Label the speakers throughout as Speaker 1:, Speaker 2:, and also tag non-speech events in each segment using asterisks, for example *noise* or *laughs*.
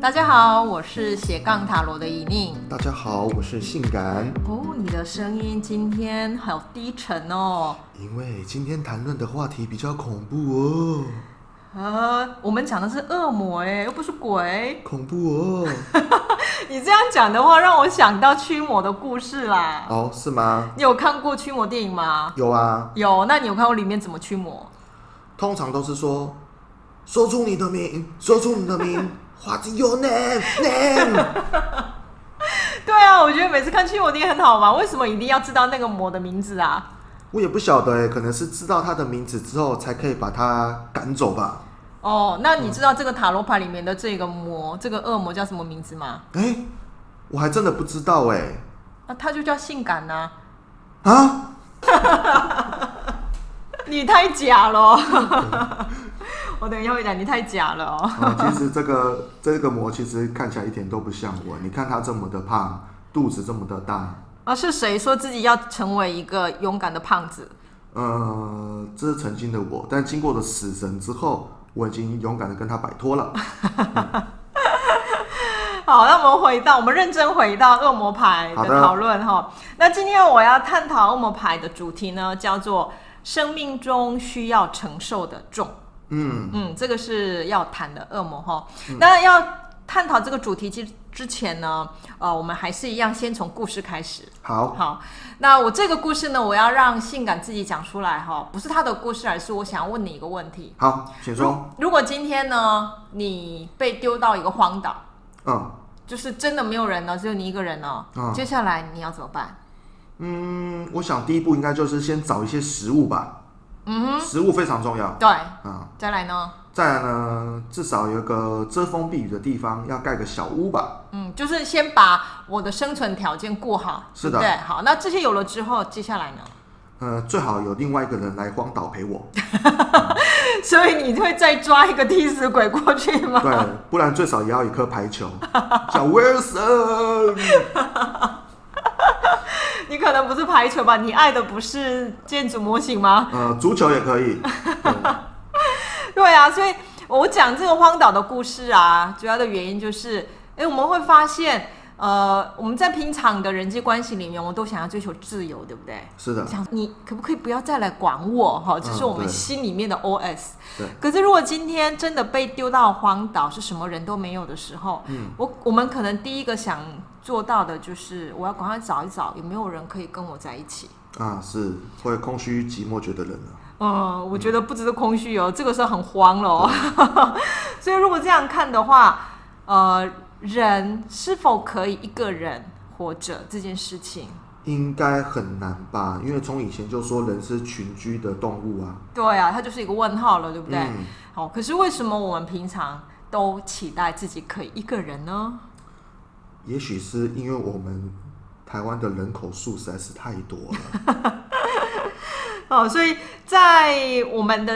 Speaker 1: 大家好，我是斜杠塔罗的伊宁。
Speaker 2: 大家好，我是性感。
Speaker 1: 哦，你的声音今天好低沉哦。
Speaker 2: 因为今天谈论的话题比较恐怖哦，
Speaker 1: 啊，我们讲的是恶魔哎，又不是鬼。
Speaker 2: 恐怖哦。
Speaker 1: 你这样讲的话，让我想到驱魔的故事啦。
Speaker 2: 哦，是吗？
Speaker 1: 你有看过驱魔电影吗？
Speaker 2: 有啊，
Speaker 1: 有，那你有看过里面怎么驱魔？
Speaker 2: 通常都是说，说出你的名，说出你的名，What's your name? Name？
Speaker 1: 对啊，我觉得每次看驱魔电影很好玩，为什么一定要知道那个魔的名字啊？
Speaker 2: 我也不晓得哎，可能是知道他的名字之后，才可以把他赶走吧。
Speaker 1: 哦，那你知道这个塔罗牌里面的这个魔，这个恶魔叫什么名字吗？
Speaker 2: 哎，我还真的不知道哎。
Speaker 1: 啊，它就叫性感呐、
Speaker 2: 啊，
Speaker 1: *laughs* 你太假了 *laughs* 哦。我等一下会讲你太假了哦。
Speaker 2: 啊其实这个这个魔其实看起来一点都不像我。你看他这么的胖，肚子这么的大，
Speaker 1: 啊，是谁说自己要成为一个勇敢的胖子？
Speaker 2: 呃，这是曾经的我，但经过了死神之后，我已经勇敢的跟他摆
Speaker 1: *laughs*
Speaker 2: 脱了。
Speaker 1: 好，那我们回到我们认真回到恶魔牌
Speaker 2: 好
Speaker 1: 的
Speaker 2: 的
Speaker 1: 讨论哈。那今天我要探讨恶魔牌的主题呢，叫做生命中需要承受的重。
Speaker 2: 嗯，
Speaker 1: 嗯，这个是要谈的恶魔哈。那要探讨这个主题之之前呢，呃，我们还是一样先从故事开始。
Speaker 2: 好，
Speaker 1: 好，那我这个故事呢，我要让性感自己讲出来哈，不是他的故事，而是我想问你一个问题。
Speaker 2: 好，请说。
Speaker 1: 如果今天呢，你被丢到一个荒岛，
Speaker 2: 嗯
Speaker 1: 就是真的没有人了，只有你一个人了，
Speaker 2: 嗯
Speaker 1: 接下来你要怎么办？
Speaker 2: 嗯，我想第一步应该就是先找一些食物吧，
Speaker 1: 嗯
Speaker 2: 食物非常重要
Speaker 1: 哼，对，
Speaker 2: 啊、
Speaker 1: 再来呢？
Speaker 2: 再来呢，至少有一个遮风避雨的地方，要盖个小屋吧。
Speaker 1: 嗯，就是先把我的生存条件顾好，
Speaker 2: 是
Speaker 1: 对
Speaker 2: 的
Speaker 1: 不对，好，那这些有了之后，接下来呢？ *laughs*
Speaker 2: 呃，最好有另外一个人来荒岛陪我，
Speaker 1: 所以你会再抓一个替死鬼过去吗？ *laughs*
Speaker 2: 对，不然最少也要一颗排球，叫 Wilson。
Speaker 1: *laughs* 你可能不是排球吧？你爱的不是建筑模型吗？
Speaker 2: 呃，足球也可以。对
Speaker 1: *laughs* 对啊，所以我讲这个荒岛的故事啊，主要的原因就是，哎，我们会发现，呃，我们在平常的人际关系里面，我们都想要追求自由，对不对？
Speaker 2: 是的，
Speaker 1: 想你可不可以不要再来管我哈？这是我们
Speaker 2: 对
Speaker 1: 心里面的 OS。
Speaker 2: 对
Speaker 1: 可是如果今天真的被丢到荒岛，是什么人都没有的时候，嗯，我我们可能第一个想做到的就是，我要赶快找一找有没有人可以跟我在一起。
Speaker 2: 啊，是会空虚寂寞觉得冷啊了。
Speaker 1: 嗯，我觉得不只是空虚哦，这个时候很慌了哦。 *laughs* 所以如果这样看的话，呃，人是否可以一个人活着这件事情，
Speaker 2: 应该很难吧？因为从以前就说人是群居的动物啊。
Speaker 1: 对啊，它就是一个问号了，对不对？
Speaker 2: 嗯，
Speaker 1: 好，可是为什么我们平常都期待自己可以一个人呢？
Speaker 2: 也许是因为我们台湾的人口数实在是太多了。
Speaker 1: 哦，所以在我们的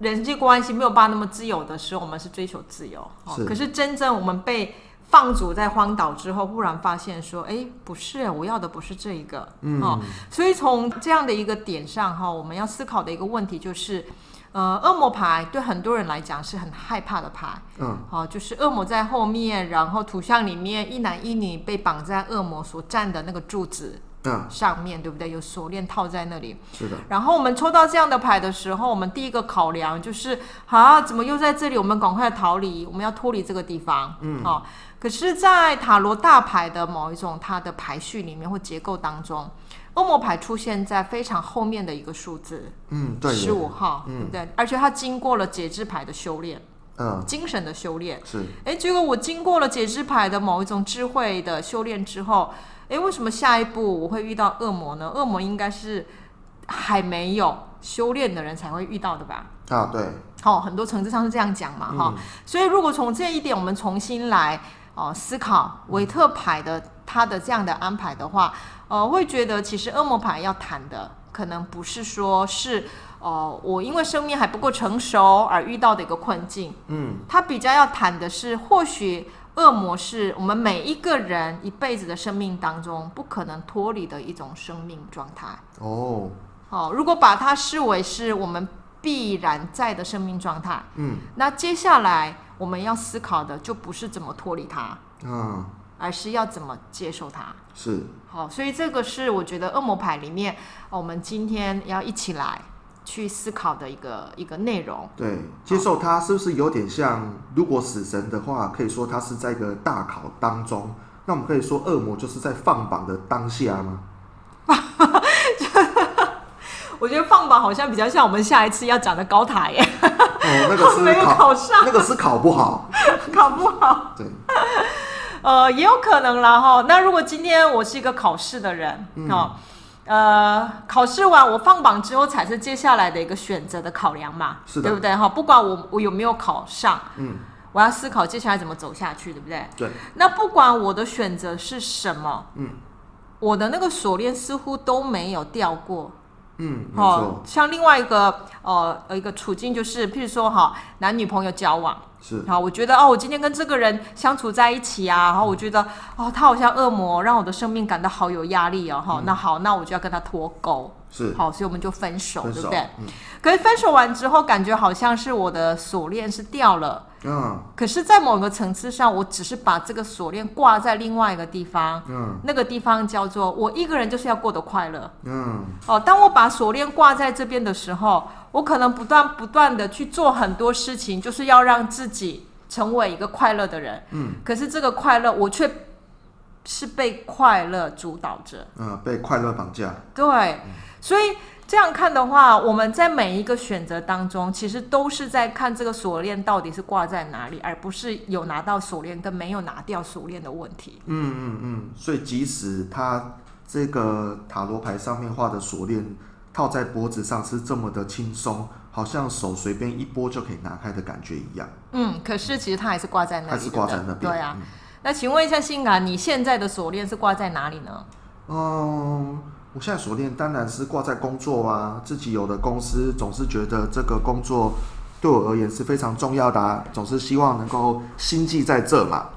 Speaker 1: 人际关系没有办法那么自由的时候，我们是追求自由。哦，
Speaker 2: 是
Speaker 1: 可是真正我们被放逐在荒岛之后，忽然发现说，哎，不是，我要的不是这一个。
Speaker 2: 嗯
Speaker 1: 哦，所以从这样的一个点上哈、我们要思考的一个问题就是，呃，恶魔牌对很多人来讲是很害怕的牌。
Speaker 2: 嗯，
Speaker 1: 哦，就是恶魔在后面，然后图像里面一男一女被绑在恶魔所站的那个柱子
Speaker 2: 嗯，
Speaker 1: 上面，对不对？有锁链套在那里。
Speaker 2: 是的，
Speaker 1: 然后我们抽到这样的牌的时候，我们第一个考量就是啊，怎么又在这里？我们赶快逃离，我们要脱离这个地方。嗯，哦。可是，在塔罗大牌的某一种它的排序里面或结构当中，恶魔牌出现在非常后面的一个数字，
Speaker 2: 嗯，对，
Speaker 1: 十五号，
Speaker 2: 嗯
Speaker 1: 对不对？而且它经过了节制牌的修炼，
Speaker 2: 嗯，
Speaker 1: 精神的修炼。
Speaker 2: 是，
Speaker 1: 诶，结果我经过了解智牌的某一种智慧的修炼之后，诶，为什么下一步我会遇到恶魔呢？恶魔应该是还没有修炼的人才会遇到的吧？
Speaker 2: 啊，对，
Speaker 1: 好、很多层次上是这样讲嘛，哈、
Speaker 2: 嗯
Speaker 1: 所以如果从这一点我们重新来哦、呃思考维特牌的他的这样的安排的话，呃，会觉得其实恶魔牌要谈的可能不是说是哦、呃我因为生命还不够成熟而遇到的一个困境，
Speaker 2: 嗯，
Speaker 1: 他比较要谈的是，或许恶魔是我们每一个人一辈子的生命当中不可能脱离的一种生命状态。
Speaker 2: 哦，
Speaker 1: 哦，如果把它视为是我们必然在的生命状态，
Speaker 2: 嗯，
Speaker 1: 那接下来我们要思考的就不是怎么脱离它，
Speaker 2: 嗯，
Speaker 1: 而是要怎么接受它。
Speaker 2: 是
Speaker 1: 好，所以这个是我觉得恶魔牌里面，呃我们今天要一起来去思考的一个一个内容。
Speaker 2: 对，接受它是不是有点像？如果死神的话，可以说它是在一个大考当中，那我们可以说恶魔就是在放榜的当下吗？
Speaker 1: 我觉得放榜好像比较像我们下一次要讲的高塔耶， *laughs*
Speaker 2: 哦，那个
Speaker 1: 没有
Speaker 2: 是
Speaker 1: 考上，
Speaker 2: 那个是考不好。
Speaker 1: 考不好。
Speaker 2: 对，
Speaker 1: 呃，也有可能啦哈。那如果今天我是一个考试的人，
Speaker 2: 嗯
Speaker 1: 哦，呃，考试完我放榜之后才是接下来的一个选择的考量嘛，
Speaker 2: 是的
Speaker 1: 对不对哈？不管我我有没有考上，
Speaker 2: 嗯，
Speaker 1: 我要思考接下来怎么走下去，对不对？
Speaker 2: 对，
Speaker 1: 那不管我的选择是什么，
Speaker 2: 嗯，
Speaker 1: 我的那个锁链似乎都没有掉过，
Speaker 2: 嗯，没
Speaker 1: 哦
Speaker 2: 错，，
Speaker 1: 像另外一个呃呃一个处境就是，譬如说哈，男女朋友交往，
Speaker 2: 是，
Speaker 1: 好，我觉得哦，我今天跟这个人相处在一起啊，然后我觉得哦，他好像恶魔，让我的生命感到好有压力哦，哈、那好，那我就要跟他脱钩，
Speaker 2: 嗯是，
Speaker 1: 好，所以我们就分手，
Speaker 2: 分
Speaker 1: 对
Speaker 2: 手
Speaker 1: 不对？？
Speaker 2: 嗯
Speaker 1: 可是分手完之后，感觉好像是我的锁链是掉了，
Speaker 2: 嗯
Speaker 1: 可是，在某个层次上，我只是把这个锁链挂在另外一个地方，
Speaker 2: 嗯
Speaker 1: 那个地方叫做我一个人就是要过得快乐，
Speaker 2: 嗯，
Speaker 1: 哦，当我把锁链挂在这边的时候，我可能不断不断的去做很多事情，就是要让自己成为一个快乐的人。
Speaker 2: 嗯，
Speaker 1: 可是这个快乐，我却是被快乐主导着。
Speaker 2: 嗯，被快乐绑架。
Speaker 1: 对，所以这样看的话，我们在每一个选择当中，其实都是在看这个锁链到底是挂在哪里，而不是有拿到锁链跟没有拿掉锁链的问题。
Speaker 2: 嗯嗯嗯，所以即使他这个塔罗牌上面画的锁链套在脖子上是这么的轻松，好像手随便一拨就可以拿开的感觉一样，
Speaker 1: 嗯，可是其实它还是挂在那里，
Speaker 2: 还是挂在那
Speaker 1: 对不对
Speaker 2: 边。嗯
Speaker 1: 对啊。那请问一下，性感，你现在的锁链是挂在哪里呢？
Speaker 2: 嗯，我现在锁链当然是挂在工作啊，自己有的公司总是觉得这个工作对我而言是非常重要的、啊，总是希望能够心系在这嘛。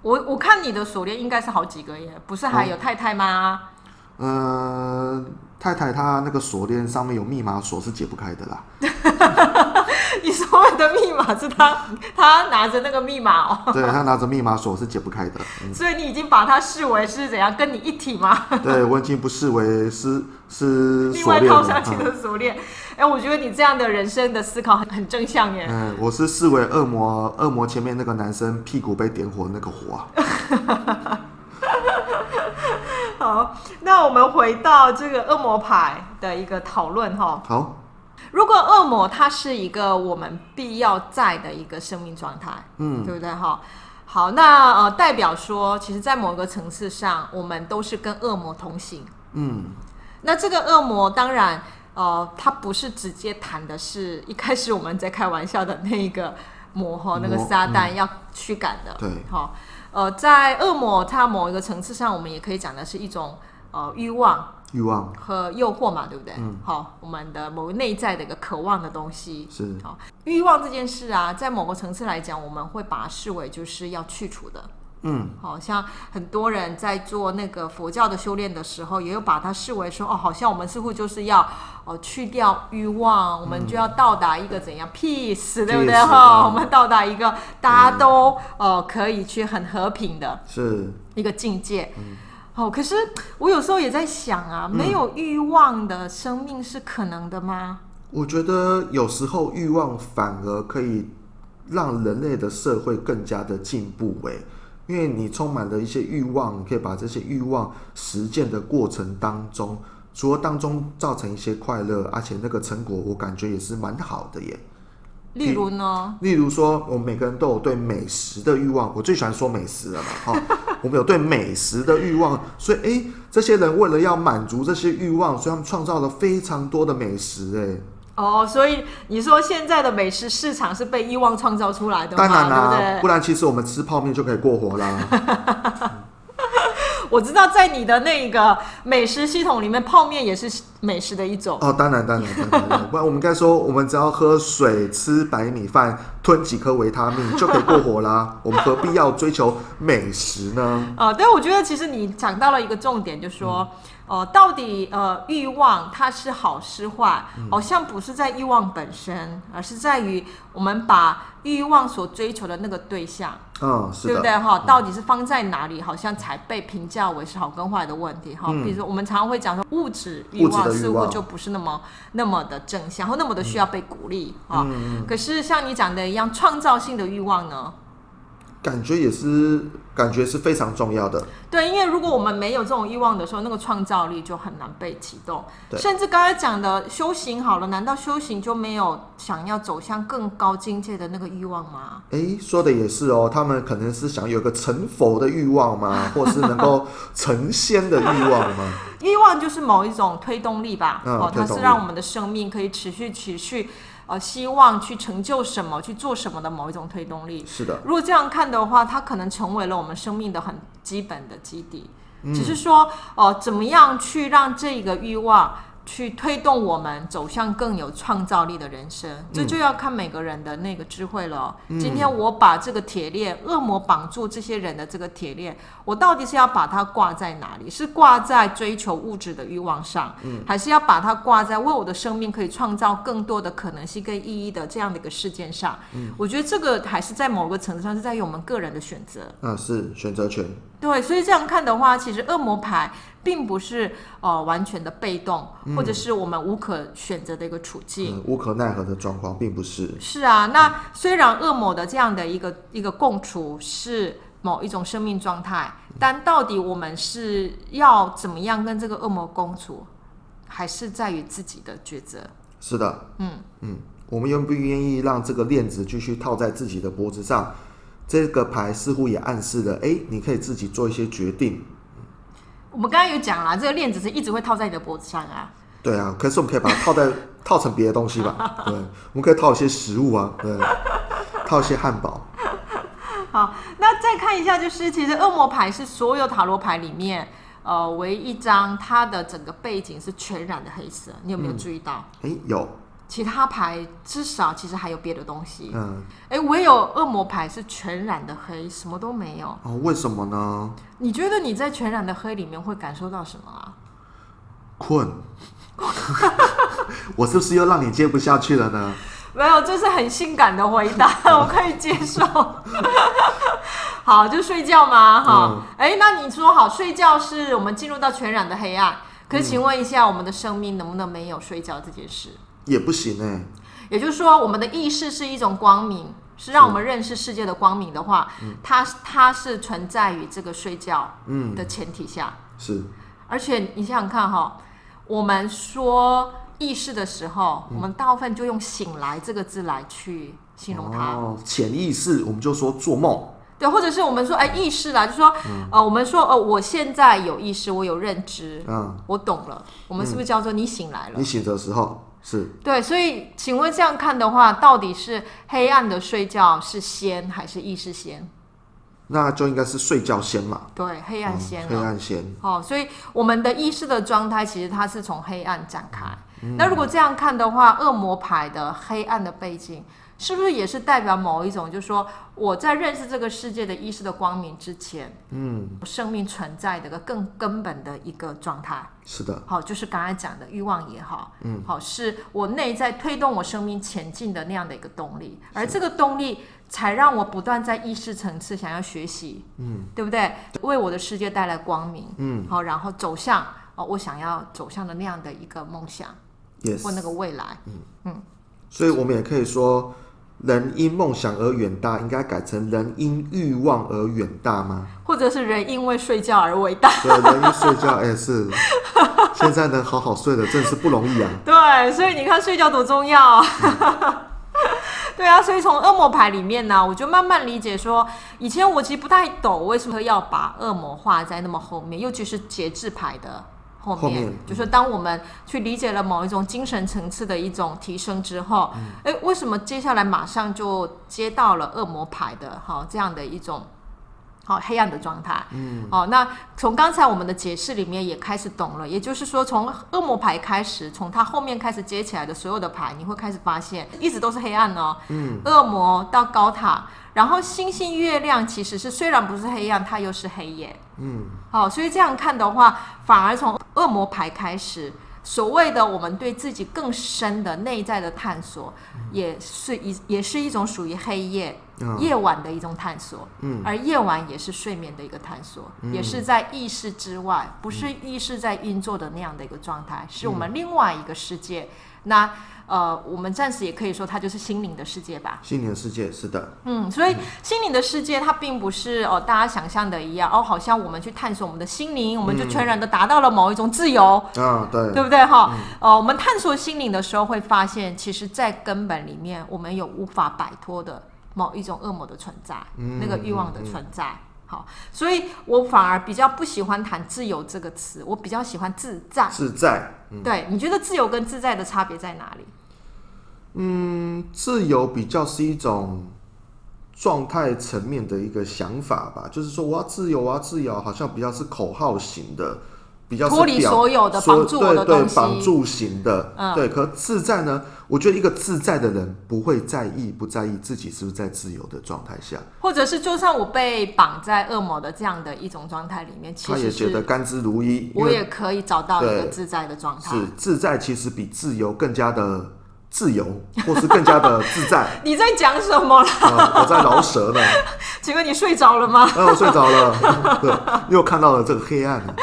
Speaker 1: 我我看你的锁链应该是好几个耶，不是
Speaker 2: 哦
Speaker 1: 还有太太吗？ *laughs*
Speaker 2: 嗯，太太她那个锁链上面有密码锁是解不开
Speaker 1: *laughs*
Speaker 2: 的啦。
Speaker 1: 你所有的密码是他，他拿着那个密码哦，
Speaker 2: 对他拿着密码锁是解不开的。嗯
Speaker 1: 所以你已经把它视为是怎样跟你一体吗？
Speaker 2: 对我已经不视为是是
Speaker 1: 另
Speaker 2: 锁
Speaker 1: 外
Speaker 2: 链
Speaker 1: 套
Speaker 2: 了。
Speaker 1: 下去
Speaker 2: 嗯
Speaker 1: 的锁链，哎、我觉得你这样的人生的思考很很正向耶。
Speaker 2: 嗯，我是视为恶魔，恶魔前面那个男生屁股被点火那个火啊。
Speaker 1: 好，那我们回到这个恶魔牌的一个讨论哈。
Speaker 2: 好，
Speaker 1: 如果恶魔它是一个我们必要在的一个生命状态，
Speaker 2: 嗯，
Speaker 1: 对不对哈？好，那呃，代表说，其实，在某个层次上，我们都是跟恶魔同行。
Speaker 2: 嗯，
Speaker 1: 那这个恶魔，当然，呃，它不是直接谈的是一开始我们在开玩笑的那个魔哈，那个
Speaker 2: 魔嗯
Speaker 1: 撒旦要驱赶的。
Speaker 2: 对
Speaker 1: 好，呃，在恶魔它某一个层次上，我们也可以讲的是一种呃欲望
Speaker 2: 欲望
Speaker 1: 和诱惑嘛，对不对？
Speaker 2: 嗯
Speaker 1: 好，我们的某个内在的一个渴望的东西。
Speaker 2: 是
Speaker 1: 好，欲望这件事啊，在某个层次来讲，我们会把它视为就是要去除的。
Speaker 2: 嗯
Speaker 1: 好像很多人在做那个佛教的修炼的时候，也有把它视为说，哦，好像我们似乎就是要哦去掉欲望，我们就要到达一个怎样 peace，对不对
Speaker 2: peace，
Speaker 1: 哈？
Speaker 2: 嗯
Speaker 1: 我们到达一个大家都呃可以去很和平的
Speaker 2: 是
Speaker 1: 一个境界。
Speaker 2: 嗯
Speaker 1: 哦，可是我有时候也在想啊，没有欲望的生命是可能的吗？
Speaker 2: 我觉得有时候欲望反而可以让人类的社会更加的进步诶，因为你充满了一些欲望，你可以把这些欲望实践的过程当中，除了当中造成一些快乐，而且那个成果我感觉也是蛮好的耶。
Speaker 1: 例如呢？
Speaker 2: 例如说，我们每个人都有对美食的欲望，我最喜欢说美食了嘛，哈、 *laughs* 我们有对美食的欲望，所以诶，这些人为了要满足这些欲望，所以他们创造了非常多的美食诶。
Speaker 1: 哦，所以你说现在的美食市场是被欲望创造出来的嘛？
Speaker 2: 当然啦、
Speaker 1: 对不
Speaker 2: 不
Speaker 1: 对？
Speaker 2: 然其实我们吃泡面就可以过
Speaker 1: *laughs*
Speaker 2: 活啦。
Speaker 1: 我知道在你的那个美食系统里面，泡面也是美食的一种。
Speaker 2: 哦，当然，当然，当然当然，不然我们应该说，我们只要喝水、吃白米饭、吞几颗维他命就可以过活啦。我们何必要追求美食呢？嗯
Speaker 1: 呃，但我觉得其实你讲到了一个重点，就是说，呃，到底呃欲望它是好是坏，
Speaker 2: 嗯
Speaker 1: 好像不是在欲望本身，而是在于我们把欲望所追求的那个对象，
Speaker 2: 嗯，是
Speaker 1: 对不
Speaker 2: 的，
Speaker 1: 对哈？到底是放在哪里，好像才被评价为是好跟坏的问题哈。比如说，我们常常会讲说物质欲
Speaker 2: 嗯物质的
Speaker 1: 望
Speaker 2: 欲
Speaker 1: 似乎
Speaker 2: 望嗯
Speaker 1: 就不是那么那么的正向，或那么的需要被鼓励啊。可是像你讲的一样，创造性的欲望呢？
Speaker 2: 感觉也是感觉是非常重要的。
Speaker 1: 对，因为如果我们没有这种欲望的时候，那个创造力就很难被启动。
Speaker 2: 对
Speaker 1: 甚至刚才讲的修行好了，难道修行就没有想要走向更高境界的那个欲望吗？
Speaker 2: 诶，说的也是哦，他们可能是想有个成佛的欲
Speaker 1: *laughs*
Speaker 2: 望嘛，或是能够成仙的欲望嘛。
Speaker 1: 欲望就是某一种推动力吧，
Speaker 2: 嗯
Speaker 1: 哦，它
Speaker 2: 推动
Speaker 1: 是
Speaker 2: 力
Speaker 1: 让我们的生命可以持续、持续，呃，希望去成就什么、去做什么的某一种推动力。
Speaker 2: 是的，
Speaker 1: 如果这样看的话，它可能成为了我们生命的很基本的基底。只是说，哦、怎么样去让这个欲望去推动我们走向更有创造力的人生，这就要看每个人的那个智慧了哦。今天我把这个铁链，恶魔绑住这些人的这个铁链，我到底是要把它挂在哪里？是挂在追求物质的欲望上，还是要把它挂在为我的生命可以创造更多的可能性跟意义的这样的一个事件上？嗯我觉得这个还是在某个层次上是在于我们个人的选择。
Speaker 2: 嗯，是选择权。
Speaker 1: 对，所以这样看的话，其实恶魔牌并不是呃完全的被动，或者是我们无可选择的一个处境。
Speaker 2: 嗯，无可奈何的状况并不是。
Speaker 1: 是啊，那虽然恶魔的这样的一个一个共处是某一种生命状态，但到底我们是要怎么样跟这个恶魔共处，还是在于自己的抉择。
Speaker 2: 是的，嗯嗯，我们愿不愿意让这个链子继续套在自己的脖子上？这个牌似乎也暗示了，哎，你可以自己做一些决定。
Speaker 1: 我们刚才有讲啦，这个链子是一直会套在你的脖子上啊。
Speaker 2: 对啊，可是我们可以把它套在 *laughs* 套成别的东西吧？对，我们可以套一些食物啊，对，套一些汉堡。
Speaker 1: 好， *laughs* 那再看一下，就是其实恶魔牌是所有塔罗牌里面，呃，唯一一张它的整个背景是全然的黑色，你有没有注意到？
Speaker 2: 哎，有，
Speaker 1: 其他牌至少其实还有别的东西，
Speaker 2: 嗯，
Speaker 1: 哎、唯有恶魔牌是全然的黑，什么都没有。
Speaker 2: 哦，为什么呢？
Speaker 1: 你觉得你在全然的黑里面会感受到什么啊？
Speaker 2: 困。 *laughs* 我是不是又让你接不下去了呢？
Speaker 1: 没有，这是很性感的回答，我可以接受。 *laughs* 好，就睡觉嘛，哈。哎、那你说好，睡觉是我们进入到全然的黑暗。可是，请问一下，我们的生命能不能没有睡觉这件事？
Speaker 2: 也不行哎、
Speaker 1: 也就是说，我们的意识是一种光明，是让我们认识世界的光明的话，它它是存在于这个睡觉
Speaker 2: 嗯
Speaker 1: 的前提下。
Speaker 2: 是，
Speaker 1: 而且你想想看哈、我们说意识的时候，
Speaker 2: 嗯
Speaker 1: 我们大部分就用“醒来”这个字来去形容它，
Speaker 2: 哦，潜意识我们就说做梦，
Speaker 1: 对，或者是我们说哎意识啦，就说、
Speaker 2: 嗯
Speaker 1: 呃我们说呃我现在有意识，我有认知，
Speaker 2: 嗯，
Speaker 1: 我懂了，我们是不是叫做你醒来了？
Speaker 2: 你醒着的时候是
Speaker 1: 对，所以请问这样看的话，到底是黑暗的睡觉是先还是意识先？
Speaker 2: 那就应该是睡觉先嘛，
Speaker 1: 对，黑暗先
Speaker 2: 黑
Speaker 1: 了。
Speaker 2: 暗先，
Speaker 1: 哦，所以我们的意识的状态其实它是从黑暗展开。那如果这样看的话，恶魔牌的黑暗的背景，是不是也是代表某一种，就是说我在认识这个世界的意识的光明之前，嗯，生命存在的一个更根本的一个状态？
Speaker 2: 是的，
Speaker 1: 好，就是刚才讲的欲望也好，嗯，好，是我内在推动我生命前进的那样的一个动力，而这个动力才让我不断在意识层次想要学习，嗯，对不对？为我的世界带来光明，嗯，好，然后走向哦，我想要走向的那样的一个梦想
Speaker 2: 也
Speaker 1: 或
Speaker 2: 是。
Speaker 1: 那个未来，
Speaker 2: 所以我们也可以说，人因梦想而远大，应该改成人因欲望而远大吗？
Speaker 1: 或者是人因为睡觉而伟大。
Speaker 2: 对，人因睡觉，哎、是，现在能好好睡的真是不容易啊。
Speaker 1: *laughs* 对，所以你看睡觉多重要。 *laughs* 对啊，所以从恶魔牌里面呢、我就慢慢理解说，以前我其实不太懂为什么要把恶魔画在那么后面，尤其是节制牌的后面。
Speaker 2: 后面
Speaker 1: 就说当我们去理解了某一种精神层次的一种提升之后，哎、为什么接下来马上就接到了恶魔牌的哈这样的一种好、黑暗的状态。嗯，哦，那从刚才我们的解释里面也开始懂了，也就是说，从恶魔牌开始，从它后面开始接起来的所有的牌，你会开始发现一直都是黑暗哦。嗯，恶魔到高塔，然后星星、月亮其实是虽然不是黑暗，它又是黑夜。
Speaker 2: 嗯，
Speaker 1: 好、所以这样看的话，反而从恶魔牌开始。所谓的我们对自己更深的内在的探索，也是一也是一种属于黑夜、 *laughs*
Speaker 2: 嗯
Speaker 1: 夜晚的一种探索。
Speaker 2: 嗯
Speaker 1: 而夜晚也是睡眠的一个探索，也是在意识之外，不是意识在运作的那样的一个状
Speaker 2: 嗯
Speaker 1: 态，是我们另外一个世界。那呃，我们暂时也可以说它就是心灵的世界吧。
Speaker 2: 心灵的世界是的，
Speaker 1: 嗯，所以心灵的世界它并不是哦大家想象的一样哦，好像我们去探索我们的心灵，我们
Speaker 2: 嗯
Speaker 1: 就全然的达到了某一种自由，
Speaker 2: 啊，对，
Speaker 1: 对不对哈？呃，我们探索心灵的时候会发现，其实，在根本里面，我们有无法摆脱的某一种恶魔的存在，
Speaker 2: 嗯
Speaker 1: 那个欲望的存在。好，所以我反而比较不喜欢谈自由这个词，我比较喜欢自在。
Speaker 2: 自在。
Speaker 1: 对，你觉得自由跟自在的差别在哪里？
Speaker 2: 嗯，自由比较是一种状态层面的一个想法吧，就是说我要自由，我要自由，好像比较是口号型的，比较是
Speaker 1: 脱离
Speaker 2: 表
Speaker 1: 所有的
Speaker 2: 所
Speaker 1: 绑住我的
Speaker 2: 对
Speaker 1: 东
Speaker 2: 对
Speaker 1: 西
Speaker 2: 绑住型的，
Speaker 1: 嗯
Speaker 2: 对。可自在呢，我觉得一个自在的人不会在意不在意自己是不是在自由的状态下，
Speaker 1: 或者是，就算我被绑在恶魔的这样的一种状态里面，其
Speaker 2: 他也
Speaker 1: 实
Speaker 2: 觉得
Speaker 1: 是
Speaker 2: 甘之如饴，因
Speaker 1: 我
Speaker 2: 为
Speaker 1: 也可以找到一个
Speaker 2: 对
Speaker 1: 自在的状态。
Speaker 2: 是自在，其实比自由更加的自由，或是更加的自在。
Speaker 1: 你在讲什么了？ *laughs*
Speaker 2: 呃我在饶舌呢，
Speaker 1: 请问你睡着了吗？
Speaker 2: *laughs* 哎，我睡着了， *laughs* 对，又看到了这个黑暗了。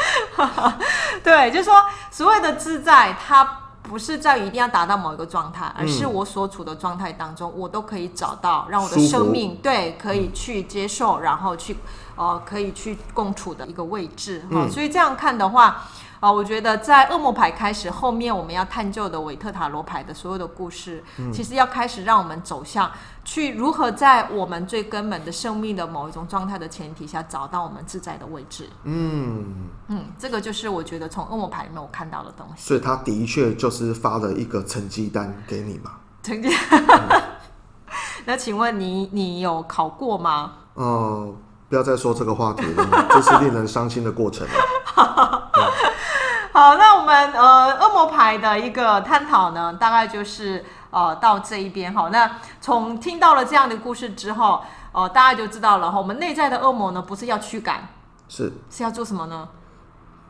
Speaker 1: *laughs* 对，就是说所谓的自在，它不是在于一定要达到某一个状态，而
Speaker 2: 嗯
Speaker 1: 是我所处的状态当中，我都可以找到让我的
Speaker 2: 舒服
Speaker 1: 生命对可以去接受，然后去呃可以去共处的一个位置哈、
Speaker 2: 嗯
Speaker 1: 所以这样看的话。啊、我觉得在恶魔牌开始，后面我们要探究的韦特塔罗牌的所有的故事，
Speaker 2: 嗯
Speaker 1: 其实要开始让我们走向去如何在我们最根本的生命的某一种状态的前提下，找到我们自在的位置。
Speaker 2: 嗯，
Speaker 1: 嗯，这个就是我觉得从恶魔牌里面我看到的东西。 *laughs*
Speaker 2: 所以他的确就是发了一个成绩单给你嘛。
Speaker 1: 曾经，那请问你你有考过吗？
Speaker 2: 呃，不要再说这个话题了， *laughs* 这是令人伤心的过程了。
Speaker 1: 好，那我们呃恶魔牌的一个探讨呢，大概就是呃到这一边哈。那从听到了这样的故事之后，呃大家就知道了哈，我们内在的恶魔呢不是要驱赶，
Speaker 2: 是
Speaker 1: 是要做什么呢？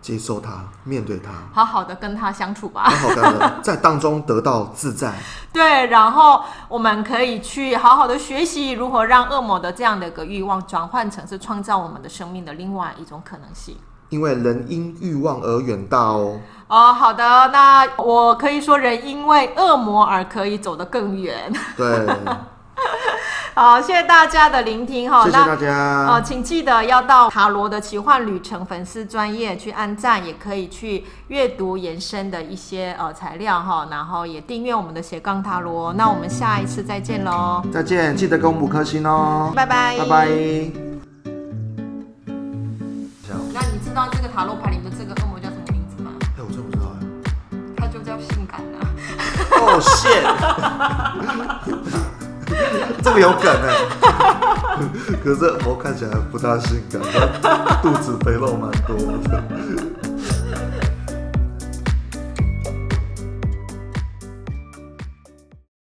Speaker 2: 接受它，面对它，
Speaker 1: 好好的跟他相处吧。
Speaker 2: 好好的在当中得到自在。
Speaker 1: 对，然后我们可以去好好的学习如何让恶魔的这样的一个欲望转换成是创造我们的生命的另外一种可能性。
Speaker 2: 因为人因欲望而远大哦，
Speaker 1: 哦，好的，那我可以说人因为恶魔而可以走得更远。 *laughs*
Speaker 2: 对，
Speaker 1: 好，谢谢大家的聆听哈。
Speaker 2: 谢谢
Speaker 1: 那
Speaker 2: 大家。
Speaker 1: 呃，请记得要到塔罗的奇幻旅程粉丝专业去按赞，也可以去阅读延伸的一些呃材料哈，然后也订阅我们的斜杠塔罗。那我们下一次再见喽，
Speaker 2: 再见，记得给我们五颗星哦，
Speaker 1: 拜拜，
Speaker 2: 拜拜。
Speaker 1: 那你知道这个塔罗牌里面这个恶魔叫什么名字吗？
Speaker 2: 哎，我真不知道哎。
Speaker 1: 它就叫性感啊。
Speaker 2: 哦，shit，这么有梗欸呢？可是我看起来不大性感，但肚子肥肉蛮多的。